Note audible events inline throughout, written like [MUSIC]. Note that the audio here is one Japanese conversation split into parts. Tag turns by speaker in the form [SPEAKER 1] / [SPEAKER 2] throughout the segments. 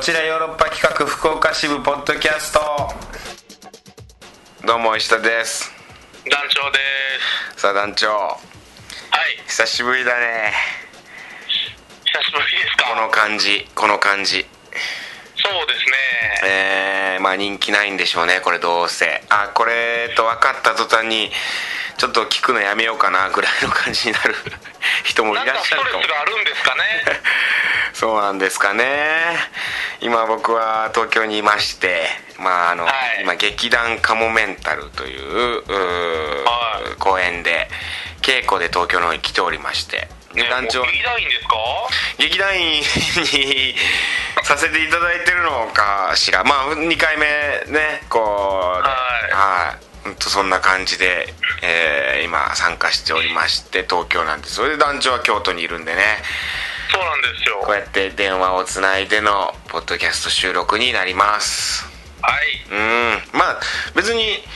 [SPEAKER 1] ちらヨーロッパ企画福岡支部ポッドキャストどうも石田です
[SPEAKER 2] 団長です
[SPEAKER 1] さあ団長
[SPEAKER 2] はい
[SPEAKER 1] 久しぶりだね
[SPEAKER 2] 久しぶりです
[SPEAKER 1] こ
[SPEAKER 2] か
[SPEAKER 1] の感じこの感じ
[SPEAKER 2] そうです
[SPEAKER 1] え
[SPEAKER 2] ね
[SPEAKER 1] ー、まあ人気ないんでしょうねこれどうせあこれと分かった途端にちょっと聞くのやめようかなぐらいの感じになる人もいら
[SPEAKER 2] な
[SPEAKER 1] っ
[SPEAKER 2] んか
[SPEAKER 1] し
[SPEAKER 2] ス
[SPEAKER 1] ゃ
[SPEAKER 2] ト
[SPEAKER 1] るか
[SPEAKER 2] レ
[SPEAKER 1] も
[SPEAKER 2] スがあるんですかね
[SPEAKER 1] そうなんですかね今僕は東京にいましてまああの、
[SPEAKER 2] はい
[SPEAKER 1] 今劇団カモメンタルといううー
[SPEAKER 2] は
[SPEAKER 1] 公演で稽古で東京の方に来ておりましてで [LAUGHS] 団長
[SPEAKER 2] もういないんですか
[SPEAKER 1] 劇団員にさせていただいてるのかしらまあ2回目ねこう
[SPEAKER 2] はい
[SPEAKER 1] はいほんとそんな感じで、えー今参加しておりまして東京なんですそれで団長は京都にいるんでね
[SPEAKER 2] そうなんですよ
[SPEAKER 1] こう
[SPEAKER 2] はい
[SPEAKER 1] やって電話をつないでのポッドキャスト収録になりますうんまあ別に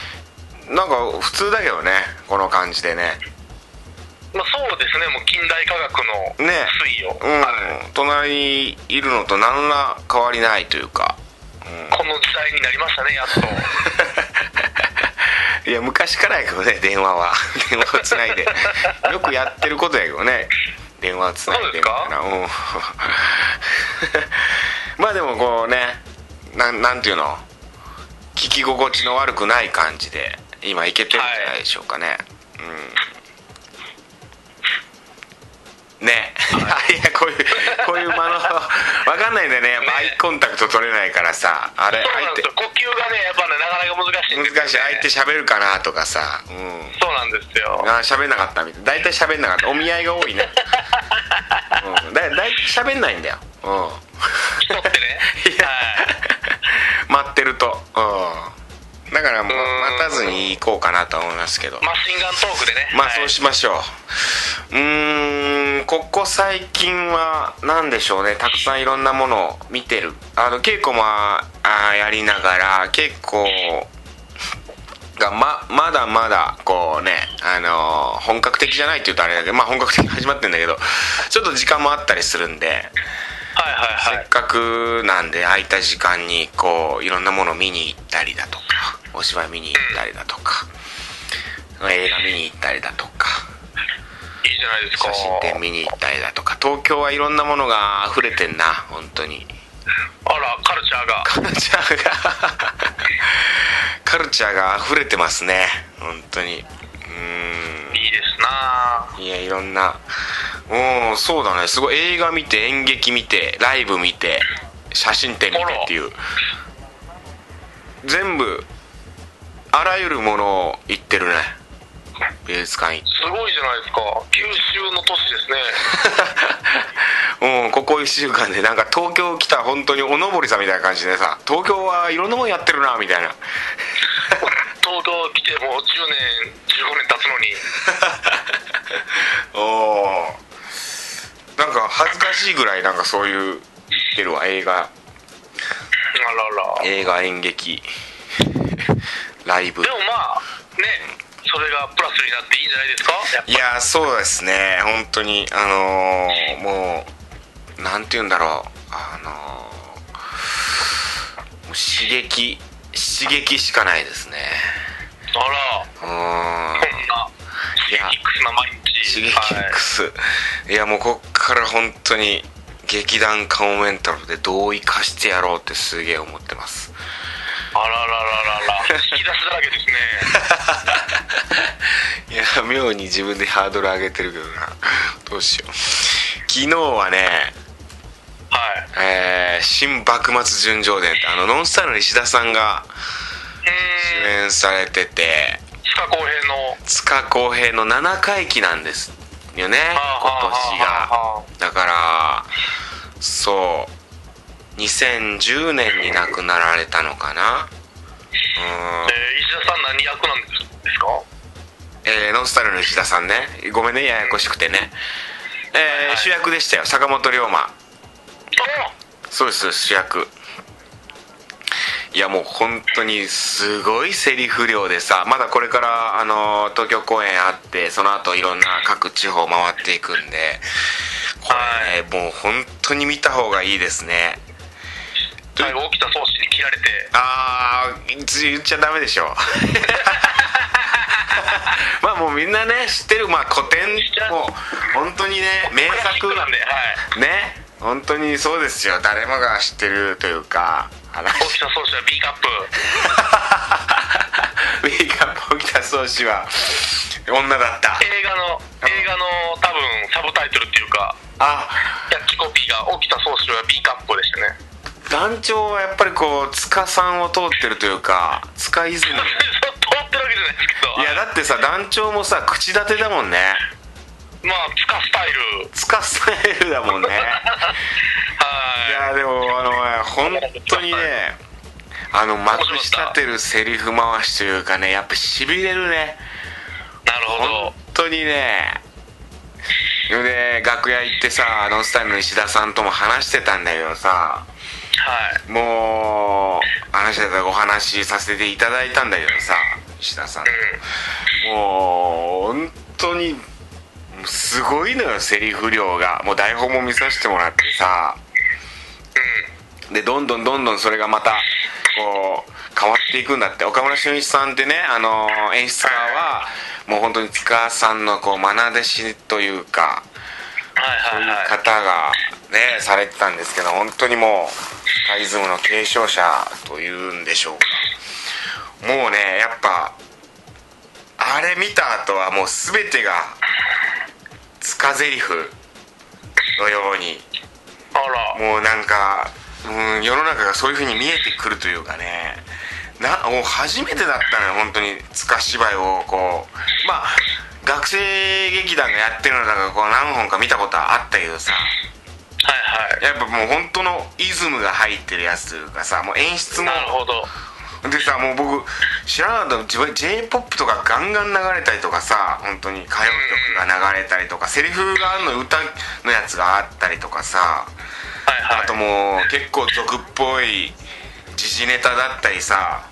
[SPEAKER 1] なんか普通だけどねこの感じでね
[SPEAKER 2] まあ、そうですねもう近代科学の
[SPEAKER 1] ね
[SPEAKER 2] 推移を、
[SPEAKER 1] うん、
[SPEAKER 2] はい
[SPEAKER 1] 隣にいるのと何ら変わりないというか
[SPEAKER 2] この時代になりましたねや
[SPEAKER 1] [LAUGHS]
[SPEAKER 2] っと
[SPEAKER 1] いや昔からやけどね電話は電話をつないでよくやってることやけどね電話をつないでみたいなうん [LAUGHS] まあでもこうねなんなんていうの聞き心地の悪くない感じで今いけてるんじゃないでしょうかね、うんね、 [LAUGHS] い、やこういうこういう間の分かんないんだよねやっぱアイコンタクト取れないからさあれ
[SPEAKER 2] そうな
[SPEAKER 1] 相
[SPEAKER 2] ん
[SPEAKER 1] 手
[SPEAKER 2] ですよ呼吸がねやっぱねなかなか難しいんです
[SPEAKER 1] 難しい相手
[SPEAKER 2] い
[SPEAKER 1] 喋るかなとかさうん
[SPEAKER 2] そうなんですよ
[SPEAKER 1] あー喋んなかったみたい大体喋んなかったお見合いが
[SPEAKER 2] [LAUGHS]
[SPEAKER 1] 多いね、うん、だ大体喋んないんだようん
[SPEAKER 2] 人ってね
[SPEAKER 1] [LAUGHS] いや
[SPEAKER 2] はい
[SPEAKER 1] [LAUGHS] 待ってるとうんだからもう
[SPEAKER 2] うん
[SPEAKER 1] 待たずに行こうかなと思いますけど
[SPEAKER 2] マシンガントークでね
[SPEAKER 1] まあそうしましょう、うーんここ最近は何でしょうねたくさんいろんなものを見てるあの稽古もああやりながら稽古がままだまだこうね、あのー本格的じゃないって言うとあれだけどまあ本格的に始まってんだけどちょっと時間もあったりするんで、
[SPEAKER 2] はいはいはいは
[SPEAKER 1] せ
[SPEAKER 2] い
[SPEAKER 1] っかくなんで空いた時間にこういろんなもの見に行ったりだとかお芝居見に行ったりだとか、映画見に行ったりだとか
[SPEAKER 2] いいじゃないですか
[SPEAKER 1] 写真展見に行ったりだとか東京はいろんなものが溢れてんな本当に
[SPEAKER 2] あらカルチャーが
[SPEAKER 1] カルチャーがカルチャーが溢れてますね本当にうー
[SPEAKER 2] いいですなぁ
[SPEAKER 1] んいやいろんなうんそうだねすごい映画見て演劇見てライブ見て写真展見てっていう全部あらゆるものを行ってるね美術館行って
[SPEAKER 2] すごいじゃないですか九州の都市です
[SPEAKER 1] [LAUGHS]
[SPEAKER 2] ね
[SPEAKER 1] うん、ここ1週間でなんか東京来た本当におのぼりさんみたいな感じでさ東京はいろんなもんやってるなみたいな [LAUGHS]
[SPEAKER 2] 東京来てもう10年15年経つのに
[SPEAKER 1] おおなんか恥ずかしいぐらいなんかそういう言ってるわ映画
[SPEAKER 2] あらら
[SPEAKER 1] 映画演劇 [LAUGHS] ライブ
[SPEAKER 2] でもまあねそれがプラスになっていいんじゃないですかやっ
[SPEAKER 1] いやそうですね本当にあのーもうなんて言うんだろうあのーもう刺激刺激しかないですね
[SPEAKER 2] ぱあら
[SPEAKER 1] うん
[SPEAKER 2] こんなシ
[SPEAKER 1] いや
[SPEAKER 2] ゲキックスな毎
[SPEAKER 1] シ
[SPEAKER 2] 日
[SPEAKER 1] ゲキックス、い、やもうこっから本当に劇団カモメンタルでどう生かしてやろうってすげえ思ってます
[SPEAKER 2] はい、あらららららら引き出しだらけですね
[SPEAKER 1] いや妙に自分でハードル上げてるけどなどうしよう昨日はね
[SPEAKER 2] はい
[SPEAKER 1] えー新幕末純情伝ってあのノンスタイルの石田さんが
[SPEAKER 2] う
[SPEAKER 1] 主
[SPEAKER 2] ーん
[SPEAKER 1] 演されてて
[SPEAKER 2] 塚公平の
[SPEAKER 1] 塚公平の7回忌なんですよね今年が
[SPEAKER 2] はあはあはあは
[SPEAKER 1] だからそう2010年に亡くなられたのかな
[SPEAKER 2] あ
[SPEAKER 1] うん
[SPEAKER 2] えー石田さん何役なんですか
[SPEAKER 1] えーノンスタイルの石田さんねごめんねややこしくてね、えー
[SPEAKER 2] はい
[SPEAKER 1] 主役でしたよ坂本龍馬
[SPEAKER 2] あ
[SPEAKER 1] そうですそうです主役いやもう本当にすごいセリフ量でさまだこれからあのー東京公演あってその後いろんな各地方回っていくんでこれね、もう本当に見た方がいいですね
[SPEAKER 2] 最後起きた宗師に切られて
[SPEAKER 1] あーつ言っちゃダメでしょ [LAUGHS] まあもうみんなね知ってるまあ古典もう本当にね名
[SPEAKER 2] クラシッ
[SPEAKER 1] 作
[SPEAKER 2] クなんで、はい、
[SPEAKER 1] ね本当にそうですよ誰もが知ってるというか
[SPEAKER 2] 起
[SPEAKER 1] 話 [LAUGHS]
[SPEAKER 2] きた宗師は B カップ
[SPEAKER 1] ウィーカップ起きた宗師は女だった
[SPEAKER 2] 映画の映画の多分サブタイトルっていうか
[SPEAKER 1] あ
[SPEAKER 2] キャッチコピーが起きた宗師は B カップでしたね
[SPEAKER 1] 団長はやっぱりこう塚さんを通ってるというか塚泉
[SPEAKER 2] [LAUGHS] 通ってるわけじゃないですけど
[SPEAKER 1] いやだってさ団長もさ口立てだもんね
[SPEAKER 2] まあつかスタイル
[SPEAKER 1] 塚スタイルだもんねい
[SPEAKER 2] はい
[SPEAKER 1] やでもあの本当にねあのまくし立てるセリフ回しというかねやっぱしびれるね
[SPEAKER 2] なるほど
[SPEAKER 1] 本当にねで楽屋行ってさノンスタイルの石田さんとも話してたんだけどさ
[SPEAKER 2] はい
[SPEAKER 1] もう話してたお話しさせていただいたんだけどさ石田さん
[SPEAKER 2] うん
[SPEAKER 1] もう本当にすごいのよセリフ量がもう台本も見させてもらってさ
[SPEAKER 2] う
[SPEAKER 1] でどんどんどんどんそれがまたこう変わっていくんだって岡村俊一さんってねあの演出家はもう本当に塚さんのこう愛弟子というか
[SPEAKER 2] んはいはいはい
[SPEAKER 1] 方がねされてたんですけど本当にもうカイズムの継承者というんでしょうかもうねやっぱあれ見た後はもう全てが塚ゼリフのように
[SPEAKER 2] あら
[SPEAKER 1] もうなんか、うん、世の中がそういう風に見えてくるというかねなもう初めてだったのよ本当に塚芝居をこうまあ学生劇団がやってるのだからこう何本か見たことはあったけどさ
[SPEAKER 2] はいはい
[SPEAKER 1] やっぱもう本当のイズムが入ってるやつというかさもう演出も
[SPEAKER 2] なるほど
[SPEAKER 1] でさもう僕知らなかった j p o p とかガンガン流れたりとかさ本当に歌謡曲が流れたりとかセリフがあるの歌のやつがあったりとかさ
[SPEAKER 2] はいはい
[SPEAKER 1] あともう結構俗っぽい時事ネタだったりさ
[SPEAKER 2] は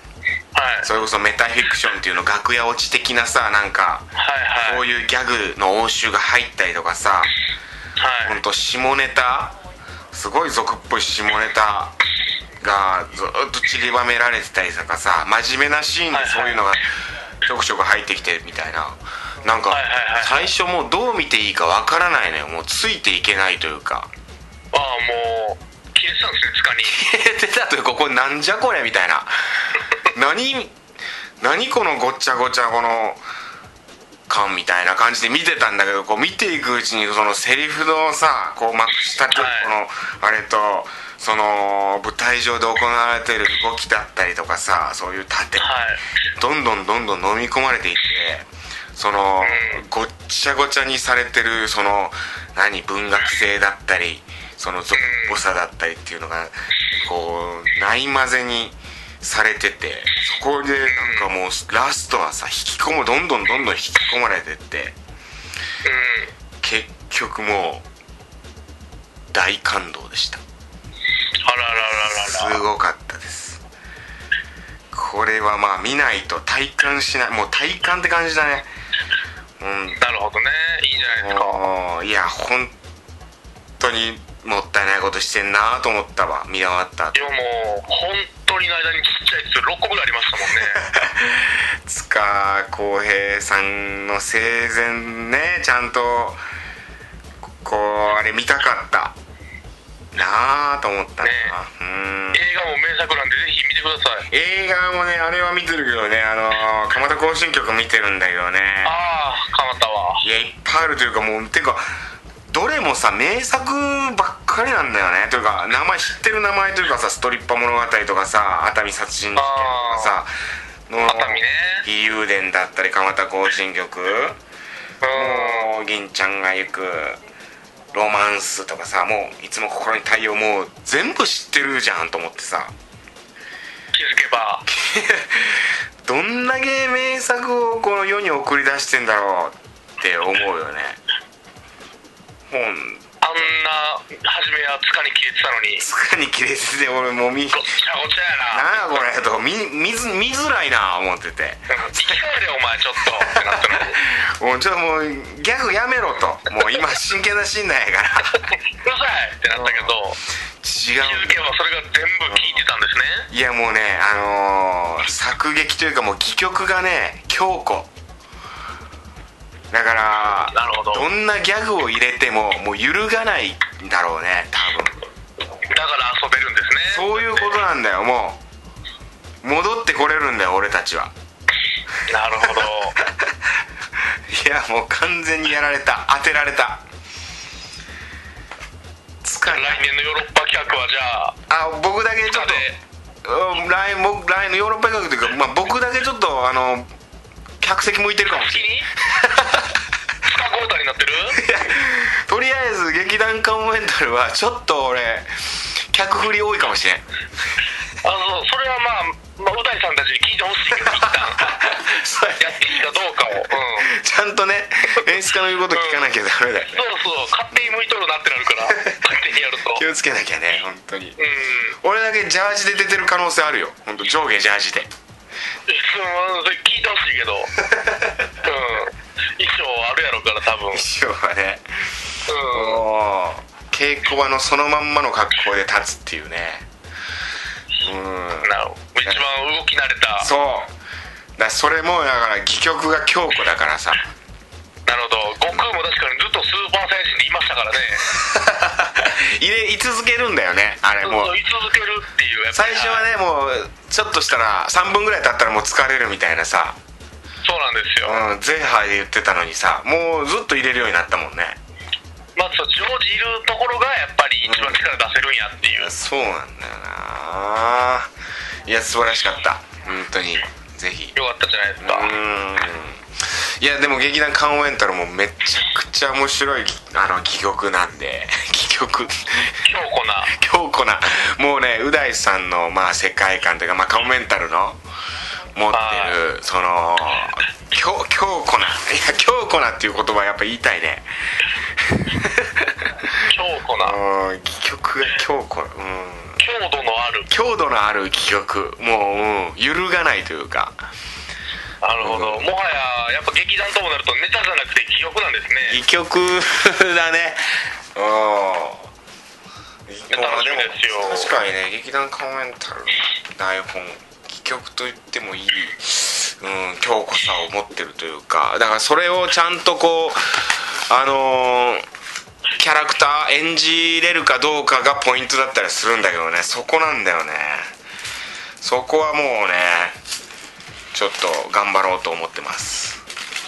[SPEAKER 2] い
[SPEAKER 1] それこそメタフィクションっていうの楽屋落ち的なさなんか
[SPEAKER 2] はいはい
[SPEAKER 1] こういうギャグの応酬が入ったりとかさ
[SPEAKER 2] はい
[SPEAKER 1] ほんと下ネタすごい俗っぽい下ネタがずっと散りばめられてたりとかさ真面目なシーンでそういうのがちょくちょく入ってきてみたいななんか
[SPEAKER 2] はいはいは
[SPEAKER 1] 最
[SPEAKER 2] い
[SPEAKER 1] 初もうどう見ていいかわからないのよもうついていけないというか。
[SPEAKER 2] ああもう消えてたんですねつかに
[SPEAKER 1] 出たというかこれなんじゃこれみたいな何何このごっちゃごちゃこの感みたいな感じで見てたんだけどこう見ていくうちにそのセリフのさこうまくしたてるこのあれとその舞台上で行われてる動きだったりとかさそういう盾
[SPEAKER 2] はい
[SPEAKER 1] どんどんどんどん飲み込まれていってそのごっちゃごちゃにされてるその何文学性だったりその俗っぽさだったりっていうのがこうない混ぜにされててそこでなんかもうラストはさ引き込むどんどんどんどん引き込まれてって
[SPEAKER 2] うん
[SPEAKER 1] 結局もう大感動でした
[SPEAKER 2] あらら
[SPEAKER 1] す
[SPEAKER 2] ららら
[SPEAKER 1] ごかったですこれはまあ見ないと体感しないもう体感って感じだねうん
[SPEAKER 2] なるほどねいいじゃないですか
[SPEAKER 1] もういや本当にもったいないことしてんなと思ったわ見終わった後
[SPEAKER 2] いやもう本当にの間にちっちゃいやつ6個ぐらいありましたもんね
[SPEAKER 1] [LAUGHS] 塚浩平さんの生前ねちゃんとこうあれ見たかったなあと思ったな、
[SPEAKER 2] ね
[SPEAKER 1] うん
[SPEAKER 2] 映画も名作なんでぜひ見てください
[SPEAKER 1] 映画もねあれは見てるけどねあのー蒲田行進曲見てるんだけどね
[SPEAKER 2] ああかまたはい
[SPEAKER 1] やいっぱいあるというかもうてかどれもさ名作ばっかりなんだよねというか名前知ってる名前というかさストリッパ物語とかさ熱海殺人事件とかさの
[SPEAKER 2] 熱海ね
[SPEAKER 1] 義勇伝だったり蒲田行進曲
[SPEAKER 2] うん
[SPEAKER 1] もう銀ちゃんが行くロマンスとかさもういつも心に太陽もう全部知ってるじゃんと思ってさ
[SPEAKER 2] 気づけば
[SPEAKER 1] [LAUGHS] どんだけ名作をこの世に送り出してんだろうって思うよね本
[SPEAKER 2] あんな初めはつかに消えてたのに
[SPEAKER 1] つかに切れてて俺もう見
[SPEAKER 2] ごっちゃごちゃやな
[SPEAKER 1] なんやこれとか見見ず見づらいな思ってて [LAUGHS]
[SPEAKER 2] うん生き返れお前ちょっとってなったのに
[SPEAKER 1] もうちょっともうギャグやめろともう今真剣なシーンなんやから
[SPEAKER 2] うるさいってなったけど
[SPEAKER 1] 違
[SPEAKER 2] 気づ
[SPEAKER 1] うんだ
[SPEAKER 2] けばそれが全部聞いて
[SPEAKER 1] いやもうねあのー作劇というかもう戯曲がね強固だから
[SPEAKER 2] なるほど
[SPEAKER 1] どんなギャグを入れてももう揺るがないんだろうね多分
[SPEAKER 2] だから遊べるんですね
[SPEAKER 1] そういうことなんだよもう戻ってこれるんだよ俺たちは [LAUGHS]
[SPEAKER 2] なるほど
[SPEAKER 1] いやもう完全にやられた当てられたつか
[SPEAKER 2] 来
[SPEAKER 1] ない
[SPEAKER 2] 年のヨーロッパ企画はじゃあ
[SPEAKER 1] あ僕だけちょっ
[SPEAKER 2] 歌
[SPEAKER 1] とう
[SPEAKER 2] で
[SPEAKER 1] ん来僕来のヨーロッパ企画というか、まあ、僕だけちょっとあの客席向いてるかもし
[SPEAKER 2] 先
[SPEAKER 1] れない [LAUGHS]
[SPEAKER 2] に二日交代になってる
[SPEAKER 1] とりあえず劇団カモメンタルはちょっと俺客振り多いかもしれん
[SPEAKER 2] あのそれはまあまあ、う大さんたちに聞いてほしいけど一旦
[SPEAKER 1] そうや
[SPEAKER 2] やっていいかどうかを、うん、
[SPEAKER 1] ちゃんとね演出家の言うこと聞かなきゃダメだよね
[SPEAKER 2] そうそう勝手に向いとるなってなるから勝手にやると
[SPEAKER 1] 気をつけなきゃね本当に
[SPEAKER 2] うん
[SPEAKER 1] 俺だけジャージで出てる可能性あるよ本当上下ジャージで [LAUGHS]
[SPEAKER 2] うんそれ聞いてほしいけどうん衣装あるやろから多分う
[SPEAKER 1] 衣
[SPEAKER 2] ん
[SPEAKER 1] 装はねもう稽古場のそのまんまの格好で立つっていうねうん
[SPEAKER 2] なるほど一番動き慣れた
[SPEAKER 1] そうだそれもだから戯曲が強固だからさ [LAUGHS]
[SPEAKER 2] なるほど悟空も確かにずっとスーパーサイヤ人でいましたからね
[SPEAKER 1] 入れ居続けるんだよねあれ
[SPEAKER 2] ずっ
[SPEAKER 1] もう
[SPEAKER 2] と居続けるっていうやっぱ
[SPEAKER 1] 最
[SPEAKER 2] り
[SPEAKER 1] 初はねもうちょっとしたら3分ぐらい経ったらもう疲れるみたいなさ
[SPEAKER 2] そうなんですよ、
[SPEAKER 1] うんゼーハーで言ってたのにさもうずっと入れるようになったもんね
[SPEAKER 2] まあそう常時いるところがやっぱり一番力出せるんやっていう、
[SPEAKER 1] そうなんだよないや素晴らしかった本当にぜひ
[SPEAKER 2] よかったじゃないです
[SPEAKER 1] う
[SPEAKER 2] か、
[SPEAKER 1] んいやでも劇団カモエンタルもめちゃくちゃ面白いあの戯曲なんで [LAUGHS] 戯曲
[SPEAKER 2] 強固な
[SPEAKER 1] 強固なもうねう大さんのまあ世界観というか、まあ、カモメンタルの持ってるその強強固ないや強固なっていう言葉はやっぱ言いたいね
[SPEAKER 2] 強固な
[SPEAKER 1] うん戯曲が強固うん
[SPEAKER 2] 強度のある
[SPEAKER 1] 強度のある戯曲もう、うん、揺るがないというか
[SPEAKER 2] なるほど、もはややっぱ劇団ともなるとネタじゃなくて記憶なんですね
[SPEAKER 1] 戯曲だねうん
[SPEAKER 2] や楽しみですよ
[SPEAKER 1] まあも確かにね劇団カモメンタルの台本戯曲と言ってもいい、うん、強固さを持ってるというかだからそれをちゃんとこうあのーキャラクター演じれるかどうかがポイントだったりするんだけどねそこなんだよねそこはもうねちょっと頑張ろうと思ってます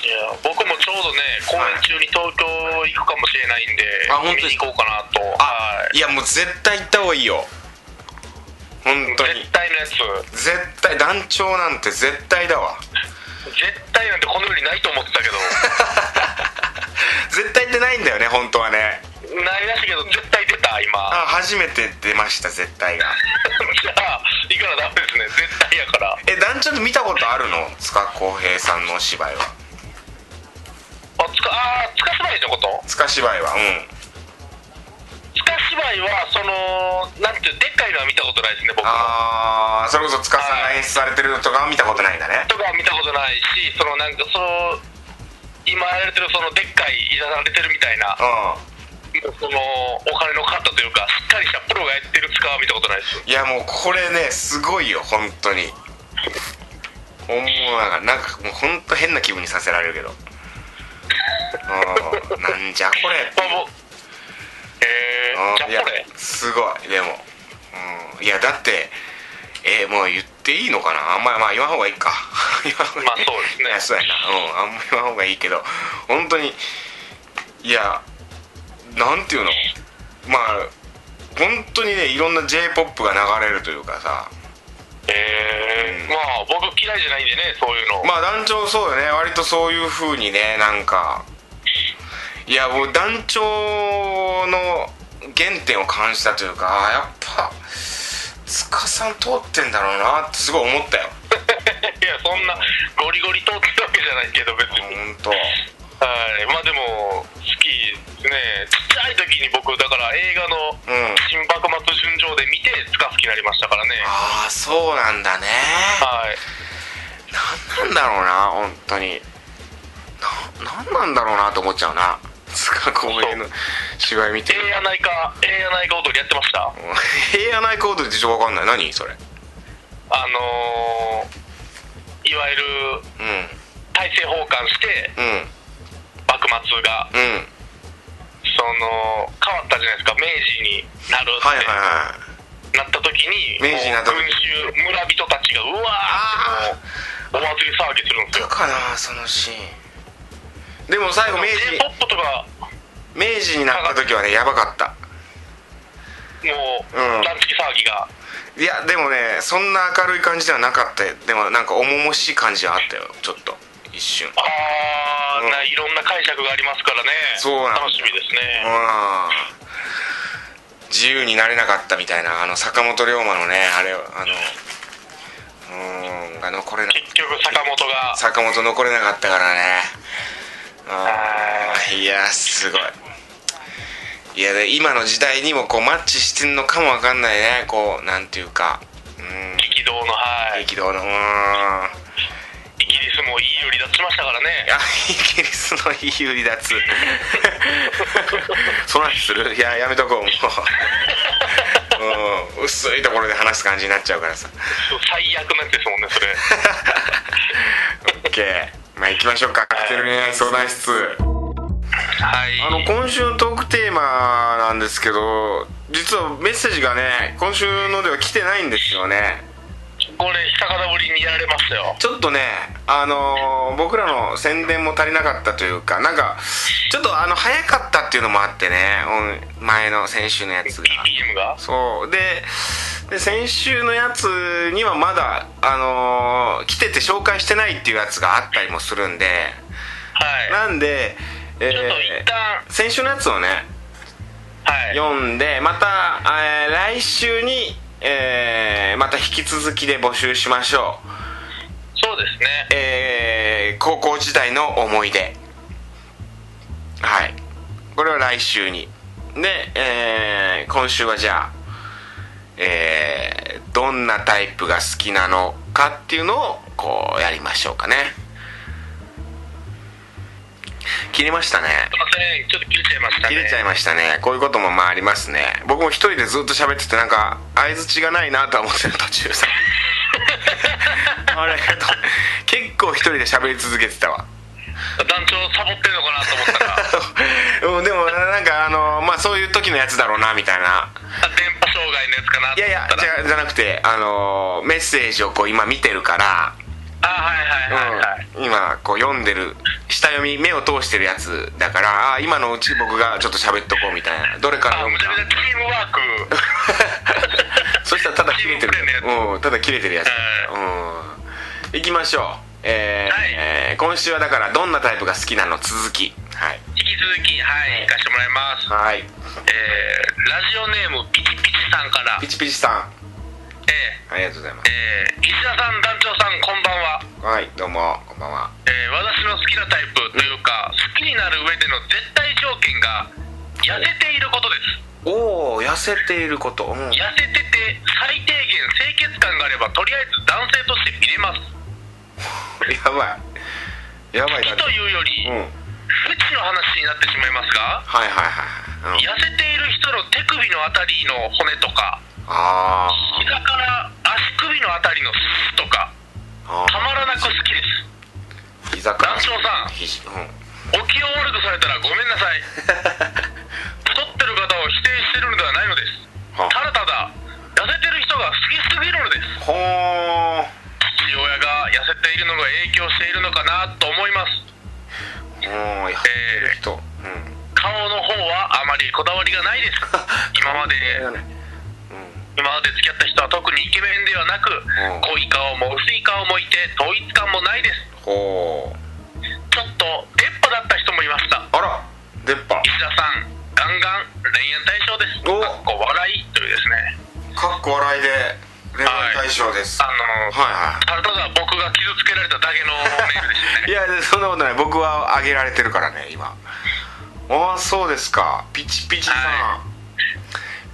[SPEAKER 2] いや僕もちょうどね公演中に東京行くかもしれないんで、
[SPEAKER 1] あ本当で
[SPEAKER 2] 見
[SPEAKER 1] す
[SPEAKER 2] に行こうかなと
[SPEAKER 1] あ
[SPEAKER 2] はい
[SPEAKER 1] いやもう絶対行った方がいいよ本当に
[SPEAKER 2] 絶対のやつ
[SPEAKER 1] 絶対団長なんて絶対だわ [LAUGHS]
[SPEAKER 2] 絶対なんてこの世にないと思ってたけど
[SPEAKER 1] 絶対ってないんだよね本当はね
[SPEAKER 2] ないらしいけど絶対出た今
[SPEAKER 1] あ初めて出ました絶対が
[SPEAKER 2] [LAUGHS] じゃあ行かなダメですね絶対やから
[SPEAKER 1] え団長って見たことあるの塚浩平さんのお芝居は
[SPEAKER 2] あつかあーつか芝居のこと
[SPEAKER 1] 塚芝居はうん
[SPEAKER 2] つか芝居はそのなんていうでっかいのは見たことないですね僕も
[SPEAKER 1] ああそれこそ塚さんが演出されてるのとかは見たことないんだね
[SPEAKER 2] とかは見たことないしそのなんかその今やられてるそのでっかいいざされてるみたいな
[SPEAKER 1] う
[SPEAKER 2] もうそのお金の方というかしっかりしたプロがやってる使は見たことないです
[SPEAKER 1] んいやもうこれねすごいよ本当に思うなんかなんかもう本当変な気分にさせられるけどうんなんじゃこれ
[SPEAKER 2] まあもうえ
[SPEAKER 1] うん
[SPEAKER 2] ー、じ
[SPEAKER 1] いや
[SPEAKER 2] ゃあこれ
[SPEAKER 1] すごいでも、うん、いやだってえーもう言っていいのかなあんまりまあ言わん方がいいか [LAUGHS] 言わん方がいい
[SPEAKER 2] まあそうですね
[SPEAKER 1] いやそうやなうんあんま言わん方がいいけど本当にいやなんていうのまあ本当にねいろんな j p o p が流れるというかさ
[SPEAKER 2] えー、まあ僕嫌いじゃないんでねそういうの、
[SPEAKER 1] まあ団長そうだね割とそういう風にねなんかいやもう団長の原点を感じたというかあーやっぱ塚さん通ってんだろうなってすごい思ったよ
[SPEAKER 2] [LAUGHS] いやそんなゴリゴリ通ってるわけじゃないけど別
[SPEAKER 1] 本
[SPEAKER 2] に、
[SPEAKER 1] 当
[SPEAKER 2] はいまあでも好きですねちっちゃい時に僕だから映画の
[SPEAKER 1] うん
[SPEAKER 2] 「新幕末純情」で見てつか好きになりましたからね
[SPEAKER 1] ああそうなんだね
[SPEAKER 2] はい
[SPEAKER 1] なんだろうな本当にななんなんだろうなと思っちゃうな塚公園の芝居見て
[SPEAKER 2] ええやないかええやないか踊りやってました
[SPEAKER 1] 平野内コードってちょっとわかんない何それ
[SPEAKER 2] あのーいわゆる
[SPEAKER 1] うん
[SPEAKER 2] 大政奉還して
[SPEAKER 1] うん
[SPEAKER 2] 幕末が
[SPEAKER 1] うん
[SPEAKER 2] その変わったじゃないですか明治になる
[SPEAKER 1] はいはい
[SPEAKER 2] って
[SPEAKER 1] は
[SPEAKER 2] なった時に、
[SPEAKER 1] 明治になった時
[SPEAKER 2] もう群衆村人たちがうわーってもうお祭り騒ぎする
[SPEAKER 1] い
[SPEAKER 2] んで
[SPEAKER 1] だ
[SPEAKER 2] すよ
[SPEAKER 1] かなそのシーンでも最後明
[SPEAKER 2] j
[SPEAKER 1] 治
[SPEAKER 2] p o p とか
[SPEAKER 1] 明治になった時はねやばかった
[SPEAKER 2] もう
[SPEAKER 1] うん
[SPEAKER 2] 断食騒ぎが、
[SPEAKER 1] いやでもねそんな明るい感じではなかったよでもなんか重々しい感じはあったよちょっと一瞬
[SPEAKER 2] ああ、
[SPEAKER 1] うん
[SPEAKER 2] ないろんな解釈がありますからね
[SPEAKER 1] そうなんだ
[SPEAKER 2] 楽しみですね、
[SPEAKER 1] うん自由になれなかったみたいなあの坂本龍馬のねあれあのうーんが残れな
[SPEAKER 2] 結局坂本が
[SPEAKER 1] 坂本残れなかったからねあーいやすごいいやで今の時代にもこうマッチしてんのかもわかんないねこうなんていうかうん
[SPEAKER 2] 激動のはい
[SPEAKER 1] 激動のうーん
[SPEAKER 2] イギリスも EU 離脱しましたから
[SPEAKER 1] い
[SPEAKER 2] ね
[SPEAKER 1] やイギリスの EU 離
[SPEAKER 2] [LAUGHS]
[SPEAKER 1] 脱その話するいややめとこうもう、うん、薄いところで話す感じになっちゃうからさ [LAUGHS]
[SPEAKER 2] 最悪なやつですもんねそれ
[SPEAKER 1] OK まあ行きましょうかカクテル恋愛相談室
[SPEAKER 2] はい
[SPEAKER 1] あの今週のトークテーマなんですけど実はメッセージがね今週のでは来てないんですよね
[SPEAKER 2] これ久方ぶりにやられましたよ
[SPEAKER 1] ちょっとねあのー僕らの宣伝も足りなかったというかなんかちょっとあの早かったっていうのもあってねうん前の先週のやつが
[SPEAKER 2] BM が
[SPEAKER 1] そうでで先週のやつにはまだあのー来てて紹介してないっていうやつがあったりもするんで
[SPEAKER 2] は
[SPEAKER 1] なんで、えー
[SPEAKER 2] いちょっと一旦
[SPEAKER 1] 先週のやつをね
[SPEAKER 2] はい
[SPEAKER 1] 読んでまた、えー来週に、えーまた引き続きで募集しましょう
[SPEAKER 2] そうですね
[SPEAKER 1] えー高校時代の思い出はいこれは来週にで、えー今週はじゃあ、えーどんなタイプが好きなのかっていうのをこうやりましょうかね切れましたね
[SPEAKER 2] すいませんちょっと切れちゃいましたね
[SPEAKER 1] 切れちゃいましたねこういうこともまあありますね僕も一人でずっと喋っててなんか相づちがないなとは思ってる途中
[SPEAKER 2] [LAUGHS]
[SPEAKER 1] さあれと結構一人で喋り続けてたわ
[SPEAKER 2] 団長サボってんのかなと思ったら
[SPEAKER 1] [LAUGHS] うんでもなんかあのまあそういう時のやつだろうなみたいな
[SPEAKER 2] あ電波障害のやつかないと
[SPEAKER 1] やい
[SPEAKER 2] 思
[SPEAKER 1] や
[SPEAKER 2] ったら
[SPEAKER 1] じゃじゃなくてあのメッセージをこう今見てるから
[SPEAKER 2] あはいはいはいはい、
[SPEAKER 1] うん、今こう読んでる下読み目を通してるやつだからあー今のうち僕がちょっと喋っとこうみたいなどれから
[SPEAKER 2] あ
[SPEAKER 1] 読
[SPEAKER 2] む
[SPEAKER 1] む
[SPEAKER 2] ちゃ
[SPEAKER 1] か
[SPEAKER 2] くちゃチームワーク
[SPEAKER 1] [LAUGHS] そしたらただ切れてる
[SPEAKER 2] チームプレーの
[SPEAKER 1] うんただ切れてるやつうん行きましょうえー
[SPEAKER 2] はい
[SPEAKER 1] えー今週はだからどんなタイプが好きなの続きはい
[SPEAKER 2] 引き続きはい行かしてもらいます、
[SPEAKER 1] はい
[SPEAKER 2] えーラジオネームピチピチさんから
[SPEAKER 1] ピチピチさ
[SPEAKER 2] え
[SPEAKER 1] んありがとうございま
[SPEAKER 2] ーえー石田さん団長さんこんばんは
[SPEAKER 1] すはいどうもこんばんは
[SPEAKER 2] えー私の好きなタイプというか好きになる上での絶対条件が痩せていることです
[SPEAKER 1] おお痩せていることうん
[SPEAKER 2] 痩せてて最低限清潔感があればとりあえず男性として見れます
[SPEAKER 1] やばいやばい
[SPEAKER 2] 好き
[SPEAKER 1] だ
[SPEAKER 2] というより
[SPEAKER 1] うんはい
[SPEAKER 2] 不知の話になってしまいますが
[SPEAKER 1] はいはい、うん、
[SPEAKER 2] 痩せている人の手首のあたりの骨とか
[SPEAKER 1] あー
[SPEAKER 2] 膝から足首のあたりのスとか
[SPEAKER 1] あ
[SPEAKER 2] たまらなく好きです
[SPEAKER 1] ー膝から
[SPEAKER 2] 団長さん
[SPEAKER 1] 肘うん [LAUGHS]
[SPEAKER 2] お気を悪くされたらごめんなさい太ってる方を否定してるのではないのです
[SPEAKER 1] は
[SPEAKER 2] ただただ痩せてる人が好きすぎるのです
[SPEAKER 1] ほー
[SPEAKER 2] 父親が痩せているのが影響しているのかなと思います
[SPEAKER 1] うん痩せてる人、うん
[SPEAKER 2] 顔の方はあまりこだわりがない
[SPEAKER 1] [LAUGHS]
[SPEAKER 2] です今まで今まで付き合った人は特にイケメンではなく
[SPEAKER 1] ん
[SPEAKER 2] 濃い顔も薄い顔もいて統一感もないです
[SPEAKER 1] ほう
[SPEAKER 2] ちょっと出っ歯だった人もいました
[SPEAKER 1] あら出っ歯
[SPEAKER 2] 石田さんガンガン恋愛対象です
[SPEAKER 1] お
[SPEAKER 2] かっこ笑いというですね
[SPEAKER 1] かっこ笑いで恋愛対象です、
[SPEAKER 2] あ
[SPEAKER 1] はい、
[SPEAKER 2] の
[SPEAKER 1] はい
[SPEAKER 2] ただただ僕が傷つけられただけのメールでした
[SPEAKER 1] い
[SPEAKER 2] ね
[SPEAKER 1] やそんなことない僕はあげられてるからね今ああそうですかピチピチさん、
[SPEAKER 2] は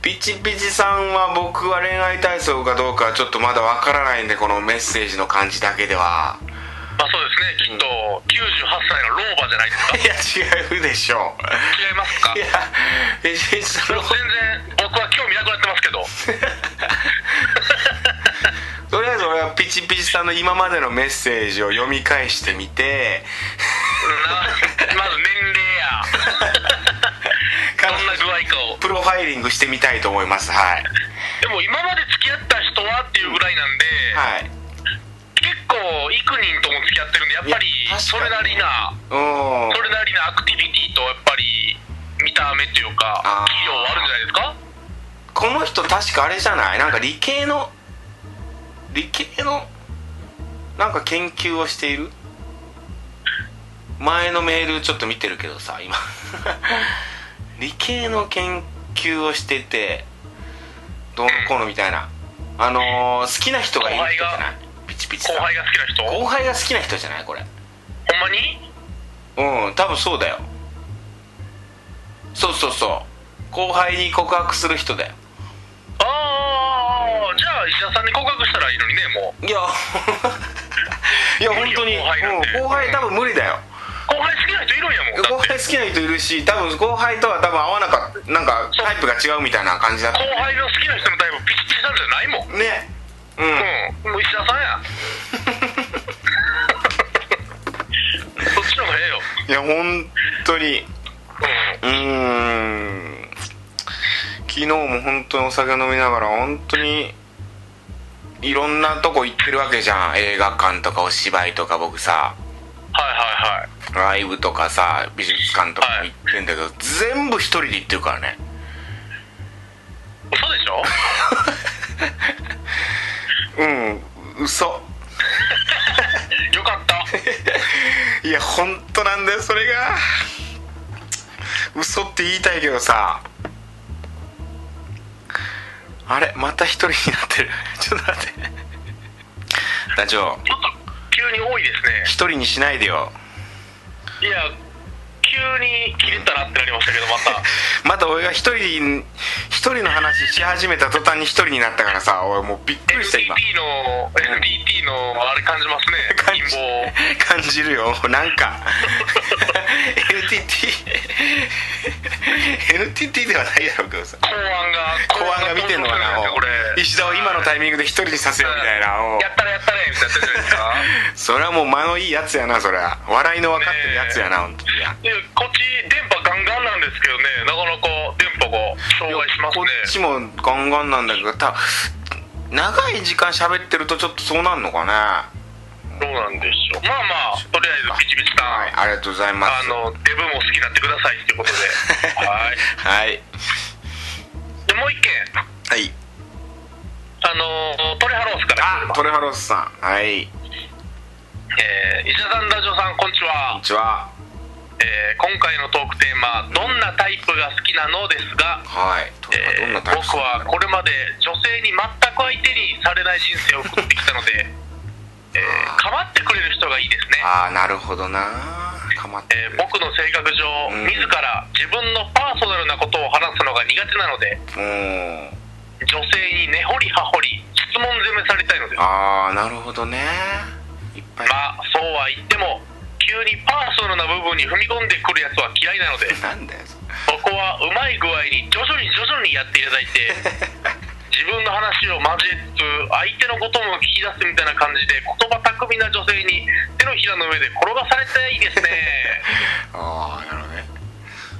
[SPEAKER 1] ピチピチさんは僕は恋愛体操かどうかはちょっとまだわからないんでこのメッセージの感じだけでは [LAUGHS]
[SPEAKER 2] まあそうですねきっと98歳の老婆じゃないですか
[SPEAKER 1] いや違うでしょ
[SPEAKER 2] 違いますか
[SPEAKER 1] ういやピチピチさん
[SPEAKER 2] も
[SPEAKER 1] の
[SPEAKER 2] う全然僕は興味なくなってますけど
[SPEAKER 1] [LAUGHS] とりあえず俺はピチピチさんの今までのメッセージを読み返してみて
[SPEAKER 2] なまず年齢や
[SPEAKER 1] [LAUGHS]
[SPEAKER 2] どんな具合かを
[SPEAKER 1] プロファイリングしてみたいと思いますはい
[SPEAKER 2] でも今まで付き合った人はっていうぐらいなんで、
[SPEAKER 1] はい
[SPEAKER 2] 結構幾人とも付き合ってるんでやっぱり
[SPEAKER 1] いや確
[SPEAKER 2] そ
[SPEAKER 1] かに
[SPEAKER 2] れなりな
[SPEAKER 1] うん
[SPEAKER 2] それなりなアクティビティとやっぱり見た目っていうか
[SPEAKER 1] あー
[SPEAKER 2] 企業はあるんじゃないですか
[SPEAKER 1] この人確かあれじゃないなんか理系の理系のなんか研究をしている前のメールちょっと見てるけどさ今 [LAUGHS] 理系の研究をしててどうのこうのみたいなあのー、好きな人がいる人じゃないピチピチさん
[SPEAKER 2] 後輩が好きな人
[SPEAKER 1] 後輩が好きな人じゃないこれ
[SPEAKER 2] ほんまに
[SPEAKER 1] うん多分そうだよそうそうそう後輩に告白する人だよ
[SPEAKER 2] ああじゃあ石田さんに告白したらいいのにねもう [LAUGHS]
[SPEAKER 1] いやいや
[SPEAKER 2] 無
[SPEAKER 1] 本
[SPEAKER 2] 理よ
[SPEAKER 1] 当に
[SPEAKER 2] 後輩なんて
[SPEAKER 1] うん後輩多分無理だよ
[SPEAKER 2] 後輩好きな人いるんやもんだ
[SPEAKER 1] 後
[SPEAKER 2] って
[SPEAKER 1] 輩好きな人いるし多分後輩とは多分合わなかったなんか
[SPEAKER 2] そう
[SPEAKER 1] タイプが違うみたいな感じだった
[SPEAKER 2] 後輩の好きな人のタイプピチピチなんじゃないもん
[SPEAKER 1] ねうん、
[SPEAKER 2] うんもう石田さんやそっちの方がええよ
[SPEAKER 1] いや本当に
[SPEAKER 2] うん
[SPEAKER 1] うーん昨日も本当にお酒飲みながら本当にいろんなとこ行ってるわけじゃん映画館とかお芝居とか僕さ
[SPEAKER 2] はいはいは
[SPEAKER 1] ラ
[SPEAKER 2] い
[SPEAKER 1] イブとかさ美術館とかも行ってんだけど、全部一人で行ってるからね
[SPEAKER 2] 嘘でしょ
[SPEAKER 1] うん嘘
[SPEAKER 2] よかった
[SPEAKER 1] いや本当なんだよそれが嘘って言いたいけどさあれまた一人になってる [LAUGHS] ちょっと待って団長
[SPEAKER 2] ちょっと急に多いですね
[SPEAKER 1] 一人にしないでよ
[SPEAKER 2] いや急に切れたなってなりましたけどまた
[SPEAKER 1] また俺が一人一人の話し始めた途端に一人になったからさ俺もうびっくりした
[SPEAKER 2] NDT
[SPEAKER 1] 今
[SPEAKER 2] の NDT のあれ感じますね
[SPEAKER 1] 感
[SPEAKER 2] 陰
[SPEAKER 1] じ
[SPEAKER 2] 謀
[SPEAKER 1] 感じるよなんか NTT NTT ではないだろうけどさ
[SPEAKER 2] 公安が
[SPEAKER 1] 公安が見てんのかな
[SPEAKER 2] これ
[SPEAKER 1] おう石田を今のタイミングで一人にさせようみたいなおう
[SPEAKER 2] やったれやったれみたいなやってるじゃないです
[SPEAKER 1] [LAUGHS]
[SPEAKER 2] か
[SPEAKER 1] それはもう間のいいやつやなそれは笑いの分かってるやつやな本当にいや
[SPEAKER 2] いやこっち電波ガンガンなんですけどねなかなか電波が障害します
[SPEAKER 1] こ
[SPEAKER 2] ね
[SPEAKER 1] っちもガンガンなんだけどた長い時間喋ってるとちょっとそうなんのかな
[SPEAKER 2] どうなんでしょうまあまあとりあえずピチピチさ
[SPEAKER 1] はい
[SPEAKER 2] ん
[SPEAKER 1] ありがとうございます
[SPEAKER 2] あのデブも好きになってくださいっていうこと
[SPEAKER 1] [LAUGHS]
[SPEAKER 2] ではい
[SPEAKER 1] はい
[SPEAKER 2] でもう一件
[SPEAKER 1] はい
[SPEAKER 2] あのトレハロースから来ておりま
[SPEAKER 1] あ
[SPEAKER 2] す
[SPEAKER 1] トレハロスさんはい
[SPEAKER 2] えー、石田さんラジオさんこんにち
[SPEAKER 1] こん
[SPEAKER 2] は
[SPEAKER 1] に、ちは
[SPEAKER 2] えー今回のトークテーマ「どんなタイプが好きなの?」ですが、
[SPEAKER 1] はいトレハ
[SPEAKER 2] えー
[SPEAKER 1] どんなタイプ
[SPEAKER 2] 僕はこれまで女性に全く相手にされない人生を送ってきたの
[SPEAKER 1] [LAUGHS]
[SPEAKER 2] で、えー、構ってくれる人がいいですね、
[SPEAKER 1] ああなるほどなかまって
[SPEAKER 2] え
[SPEAKER 1] る
[SPEAKER 2] ー僕の性格上、
[SPEAKER 1] うん
[SPEAKER 2] 自ら自分のパーソナルなことを話すのが苦手なので
[SPEAKER 1] うん
[SPEAKER 2] 女性に根掘り葉掘り質問攻めされたいのです
[SPEAKER 1] ああなるほどねいっぱい
[SPEAKER 2] まあそうは言っても急にパーソナルな部分に踏み込んでくるやつは嫌いなので
[SPEAKER 1] なんだよそれ
[SPEAKER 2] そこはうまい具合に徐々に徐々にやっていただい [LAUGHS] て自分の話を交えつつ相手のことも聞き出すみたいな感じで言葉巧みな女性に手のひらの上で転がされたいですね [LAUGHS]
[SPEAKER 1] ああなるほどね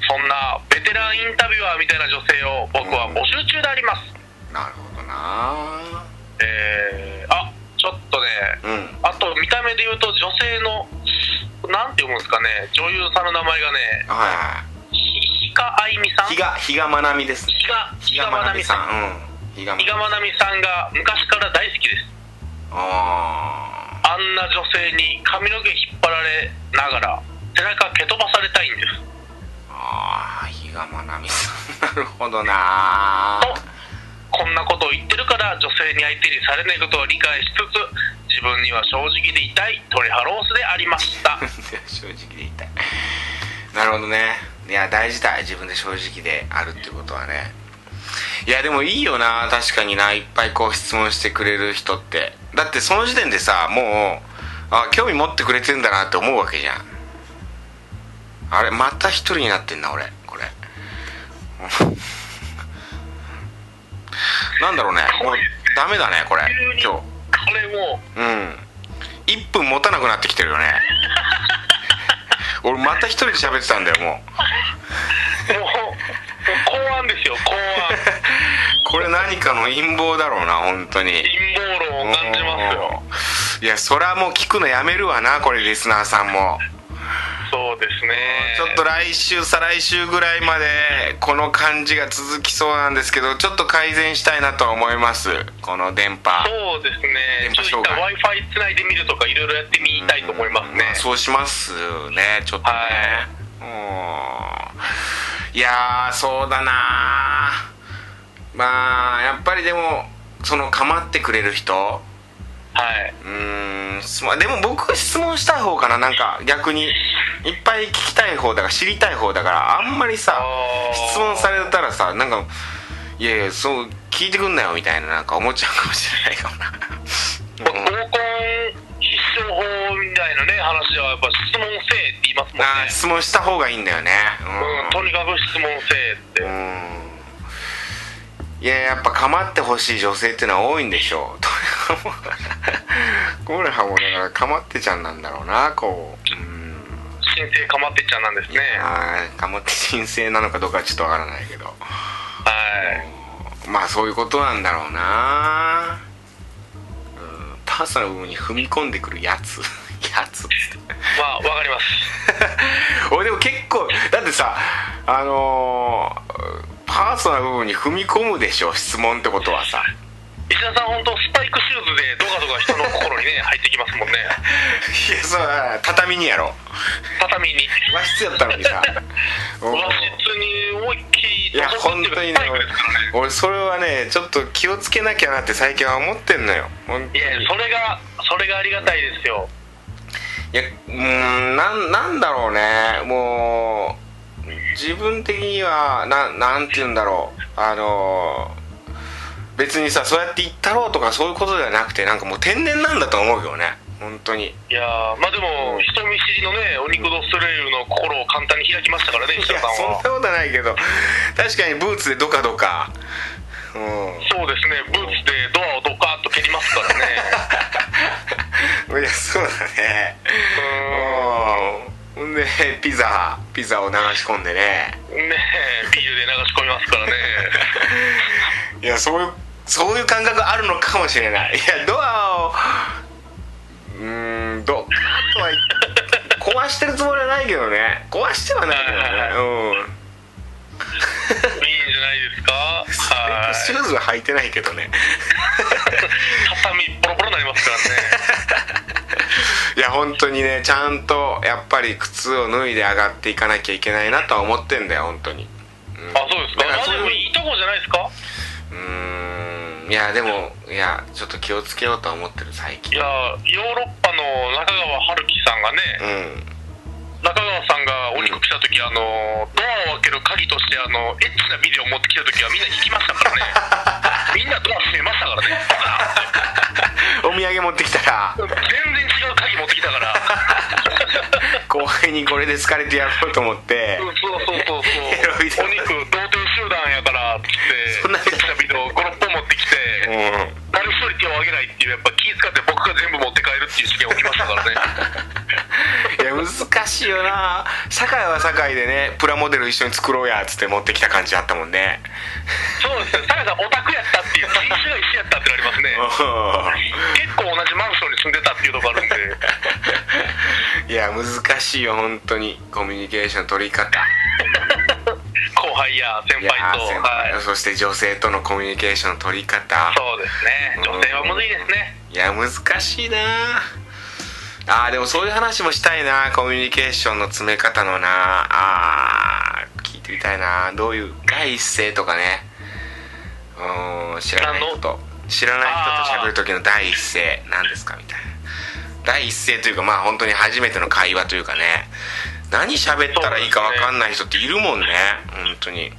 [SPEAKER 2] そんなベテランインタビュアーみたいな女性を僕は募集中であります、
[SPEAKER 1] なるほどな
[SPEAKER 2] えー、あちょっとね
[SPEAKER 1] うん
[SPEAKER 2] あと見た目で言うと女性のなんて読むんですかね女優さんの名前がね
[SPEAKER 1] はいは
[SPEAKER 2] ひひかあいみさん
[SPEAKER 1] い比嘉比嘉愛未ですね
[SPEAKER 2] ひがひがまなみさん
[SPEAKER 1] うん比嘉
[SPEAKER 2] 伊
[SPEAKER 1] 愛
[SPEAKER 2] 賀まなみさんが昔から大好きです
[SPEAKER 1] あ
[SPEAKER 2] あんな女性に髪の毛引っ張られながら背中蹴飛ばされたいんです
[SPEAKER 1] ーあー比嘉愛未さん [LAUGHS] なるほどな
[SPEAKER 2] とこんなことを言ってるから女性に相手にされないことを理解しつつ自分には正直でいたいトレハロースでありました
[SPEAKER 1] [LAUGHS] 正直で言いたいなるほどねいや大事だ自分で正直であるってことはねいやでもいいよな確かにないっぱいこう質問してくれる人ってだってその時点でさもうあ興味持ってくれてんだなって思うわけじゃんあれまた一人になってんな俺これ [LAUGHS] なんだろうねもうダメだねこれ
[SPEAKER 2] 急に
[SPEAKER 1] 今日
[SPEAKER 2] ここれもう
[SPEAKER 1] うん1分持たなくなってきてる
[SPEAKER 2] [LAUGHS]
[SPEAKER 1] よね俺また一人で喋ってたんだよも
[SPEAKER 2] もうもう公安ですよ公安
[SPEAKER 1] うこれ何かの陰謀だろうな本当に
[SPEAKER 2] 陰謀論を感じますよ
[SPEAKER 1] いやそりゃもう聞くのやめるわなこれリスナーさんも
[SPEAKER 2] そうですね
[SPEAKER 1] ちょっと来週再来週ぐらいまでこの感じが続きそうなんですけどちょっと改善したいなとは思いますこの電波
[SPEAKER 2] そうですね
[SPEAKER 1] 電
[SPEAKER 2] ち
[SPEAKER 1] 波
[SPEAKER 2] ょっと
[SPEAKER 1] 障
[SPEAKER 2] 一旦
[SPEAKER 1] 害
[SPEAKER 2] w i f i つないでみるとかいろいろやってみたいと思いますね
[SPEAKER 1] あそうしますねちょっとね、うんいやーそうだなーまあやっぱりでもその構ってくれる人
[SPEAKER 2] はい、
[SPEAKER 1] うーん質問でも僕は質問したい方かななんか逆にいっぱい聞きたい方だから知りたい方だからあんまりさ
[SPEAKER 2] あー
[SPEAKER 1] 質問されたらさなんかいやいやそう聞いてくんなよみたいななんか思っちゃうかもしれないかも
[SPEAKER 2] まあ
[SPEAKER 1] な、
[SPEAKER 2] 合コン必勝法みたいなね話はやっぱ質問せえって言いますもんね
[SPEAKER 1] あー質問した方がいいんだよね
[SPEAKER 2] うん、とにかく質問せえって、
[SPEAKER 1] うんいややっぱ構ってほしい女性ってのは多いんでしょう [LAUGHS] とこれはもうだから構ってちゃんなんだろうなこううん
[SPEAKER 2] 申請かまってちゃんなんですね
[SPEAKER 1] あー構って神聖なのかどうかはちょっとわからないけど
[SPEAKER 2] はい
[SPEAKER 1] まあそういうことなんだろうなうんパーソナル部分に踏み込んでくるやつ [LAUGHS] やつっつって
[SPEAKER 2] まあわかります
[SPEAKER 1] 俺でも結構だってさあのーパーソナル部分に踏み込むでしょ質問ってことはさ
[SPEAKER 2] 石田さん本当スパイクシューズでどかどか人の
[SPEAKER 1] [LAUGHS]
[SPEAKER 2] 心にね入ってきますもんね
[SPEAKER 1] いやそう畳にやろ
[SPEAKER 2] 畳に
[SPEAKER 1] 和室やったのにさうん
[SPEAKER 2] [LAUGHS] 和室に思いっきり
[SPEAKER 1] いや
[SPEAKER 2] 覗く
[SPEAKER 1] 本
[SPEAKER 2] ってう
[SPEAKER 1] 当にね
[SPEAKER 2] スパイクですからね
[SPEAKER 1] 俺俺それはねちょっと気をつけなきゃなって最近は思ってんのよほんい
[SPEAKER 2] いやそれがそれがありがたいですよ
[SPEAKER 1] やうーんなんなんだろうねもう自分的にはななんて言うんだろうあのー別にさそうやって言ったろうとかそういうことではなくてなんかもう天然なんだと思うけどね本当に
[SPEAKER 2] いやーまあでも人見知りのねお肉ドストレイルの心を簡単に開きましたからね
[SPEAKER 1] い
[SPEAKER 2] 石田
[SPEAKER 1] や
[SPEAKER 2] さ
[SPEAKER 1] そん
[SPEAKER 2] ん
[SPEAKER 1] な
[SPEAKER 2] は
[SPEAKER 1] ことないけど確かにブーツでどかどかうん
[SPEAKER 2] そうですねブーツでドアをドカーッと蹴りますから
[SPEAKER 1] [LAUGHS]
[SPEAKER 2] ね
[SPEAKER 1] いやそうだねうんほんでピザピザを流し込んでね
[SPEAKER 2] ねえビールで流し込みます
[SPEAKER 1] [LAUGHS]
[SPEAKER 2] からね
[SPEAKER 1] いやそういうそういう感覚あるのかもしれないいやドアをうーんドアとは言っ壊してるつもりはないけどね壊してはないけどねうん
[SPEAKER 2] いいんじゃないですか
[SPEAKER 1] [LAUGHS]
[SPEAKER 2] はい
[SPEAKER 1] シューズは履いてないけどね
[SPEAKER 2] 畳ボロボロになりますからね
[SPEAKER 1] いや本当にねちゃんとやっぱり靴を脱いで上がっていかなきゃいけないなとは思ってんだよ本当に
[SPEAKER 2] あそうですか
[SPEAKER 1] だから
[SPEAKER 2] まあ
[SPEAKER 1] そうい
[SPEAKER 2] で
[SPEAKER 1] う
[SPEAKER 2] もいいとこじゃないですか
[SPEAKER 1] うーんいやでもいやちょっと気をつけようとは思ってる最
[SPEAKER 2] い
[SPEAKER 1] 近
[SPEAKER 2] やヨーロッパの中川春樹さんが
[SPEAKER 1] う
[SPEAKER 2] ね、
[SPEAKER 1] ん [LAUGHS]
[SPEAKER 2] 中川さんがお肉来た時あのドアを開ける鍵としてあのエッチなビデオを持ってきた時はみんな引きましたから
[SPEAKER 1] [LAUGHS]
[SPEAKER 2] ねみんなドア閉めましたからね
[SPEAKER 1] お土産持ってきたら
[SPEAKER 2] 全然違う鍵持ってきたから
[SPEAKER 1] 後輩にこれで好かれてやろうと思って
[SPEAKER 2] うんそうそうそう
[SPEAKER 1] ロい
[SPEAKER 2] そうお肉童貞集団やからっつ
[SPEAKER 1] そんな
[SPEAKER 2] ってエッチなビデオ56本持ってきて、
[SPEAKER 1] うん
[SPEAKER 2] 誰一人手を挙げないっていうやっぱ気遣って僕が全部持って帰るっていう事件起きましたからね
[SPEAKER 1] いや難しいよな社会は社会でねプラモデル一緒に作ろうやっつって持ってきた感じあったもんね
[SPEAKER 2] そうですねタカさんオタクやったっていう人種が一緒やったってなりますね [LAUGHS] 結構同じマンションに住んでたっていうとこあるんで
[SPEAKER 1] うんいや難しいよ本当にコミュニケーション取り方
[SPEAKER 2] 後輩や先
[SPEAKER 1] い
[SPEAKER 2] 輩
[SPEAKER 1] や
[SPEAKER 2] と
[SPEAKER 1] 先
[SPEAKER 2] は
[SPEAKER 1] 輩
[SPEAKER 2] い
[SPEAKER 1] そして女性とのコミュニケーションの取り方
[SPEAKER 2] そうですね女性はむずいですね
[SPEAKER 1] いや難しいなあーでもそういう話もしたいなコミュニケーションの詰め方のなあー聞いてみたいなどういう第一声とかねうーん知らない人と知らない人と喋る時の第一声何ですかみたいな第一声というかまあ本当に初めての会話というかね何喋ったらいいか分かんない人っているもんね本当に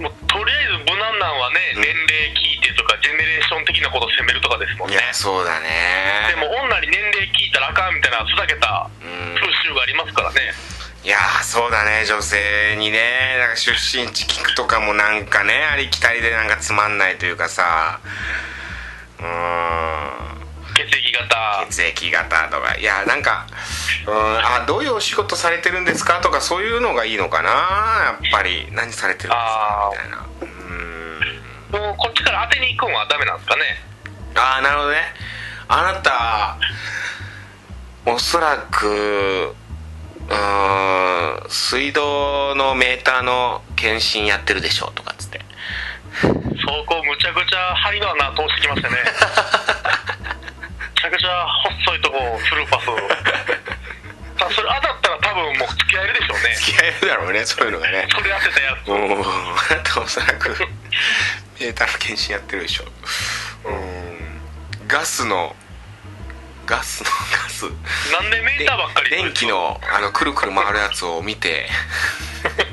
[SPEAKER 2] もうとりあえず無難なんはね
[SPEAKER 1] うん
[SPEAKER 2] 年齢聞いてとかジェネレーション的なことを責めるとかですもん
[SPEAKER 1] い
[SPEAKER 2] ね
[SPEAKER 1] やそうだね
[SPEAKER 2] でも女に年齢聞いたらあかんみたいなふざけた
[SPEAKER 1] うん
[SPEAKER 2] 風習がありますからね
[SPEAKER 1] いやーそうだね女性にねなんか出身地聞くとかもなんかねありきたりでなんかつまんないというかさうーん
[SPEAKER 2] 血液
[SPEAKER 1] ね木型とかいやなんかうんあどういうお仕事されてるんですかとかそういうのがいいのかなやっぱり何されてるんですか
[SPEAKER 2] あー
[SPEAKER 1] みたいなうん
[SPEAKER 2] もうこっちから当てに行くのはダメなんですかね
[SPEAKER 1] ああなるほどねあなたおそらくうーん水道のメーターの検診やってるでしょうとかっつって
[SPEAKER 2] そこむちゃくちゃ針の穴通してきましたねむちゃくちゃ細いとこフルパスをさそれ当たったら多分もう付き合えるでしょうね
[SPEAKER 1] [LAUGHS] 付き合えるだろうねそういうのがね
[SPEAKER 2] それ当てたやつ
[SPEAKER 1] [LAUGHS] うんあなたおそらくメーターの検診やってるでしょうんガスのガスのガス
[SPEAKER 2] なんでメーターばっかり
[SPEAKER 1] 電気のあのくるくる回るやつを見て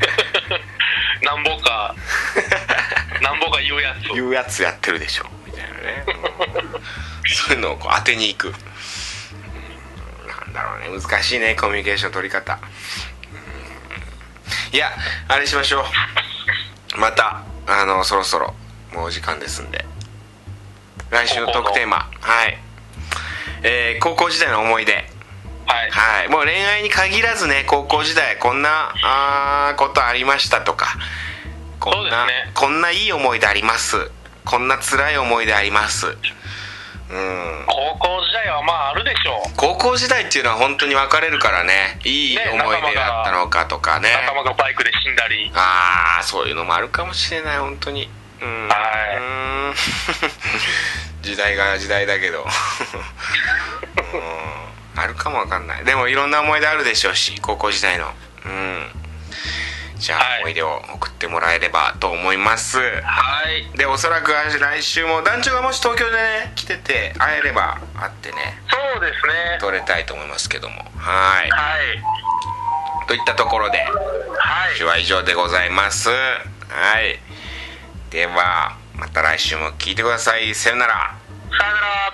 [SPEAKER 2] [LAUGHS] なんぼかなんぼか言うやつ
[SPEAKER 1] いうやつやってるでしょみたいなね、うんそういうのをこう当てに行く、うんなんだろうね難しいねコミュニケーション取り方、うんいやあれしましょうまたあのそろそろもうお時間ですんで来週のトークテーマはいえー高校時代の思い出
[SPEAKER 2] はい
[SPEAKER 1] はい、もう恋愛に限らずね高校時代こんなあーことありましたとかこんな、
[SPEAKER 2] そうですね
[SPEAKER 1] こんないい思い出ありますこんな辛い思い出ありますうん
[SPEAKER 2] 高校時代はまああるでしょう
[SPEAKER 1] 高校時代っていうのは本当に分かれるからねいい
[SPEAKER 2] ね
[SPEAKER 1] 思い出だったのかとかね
[SPEAKER 2] 仲間がバイクで死んだり
[SPEAKER 1] ああそういうのもあるかもしれない本当にうん
[SPEAKER 2] はい
[SPEAKER 1] うん [LAUGHS] 時代が時代だけどうんあるかもわかんないでもいろんな思い出あるでしょうし高校時代のうんじゃあ、
[SPEAKER 2] はい
[SPEAKER 1] 思い出を送ってもらえればと思います
[SPEAKER 2] はい
[SPEAKER 1] でおそらくあ来週も団長がもし東京でね来てて会えれば会ってね
[SPEAKER 2] そうですね
[SPEAKER 1] 撮れたいと思いますけどもはい
[SPEAKER 2] はい
[SPEAKER 1] といったところで
[SPEAKER 2] は
[SPEAKER 1] 今
[SPEAKER 2] い
[SPEAKER 1] 週は以上でございますはいではまた来週も聞いてくださいさよなら
[SPEAKER 2] さよなら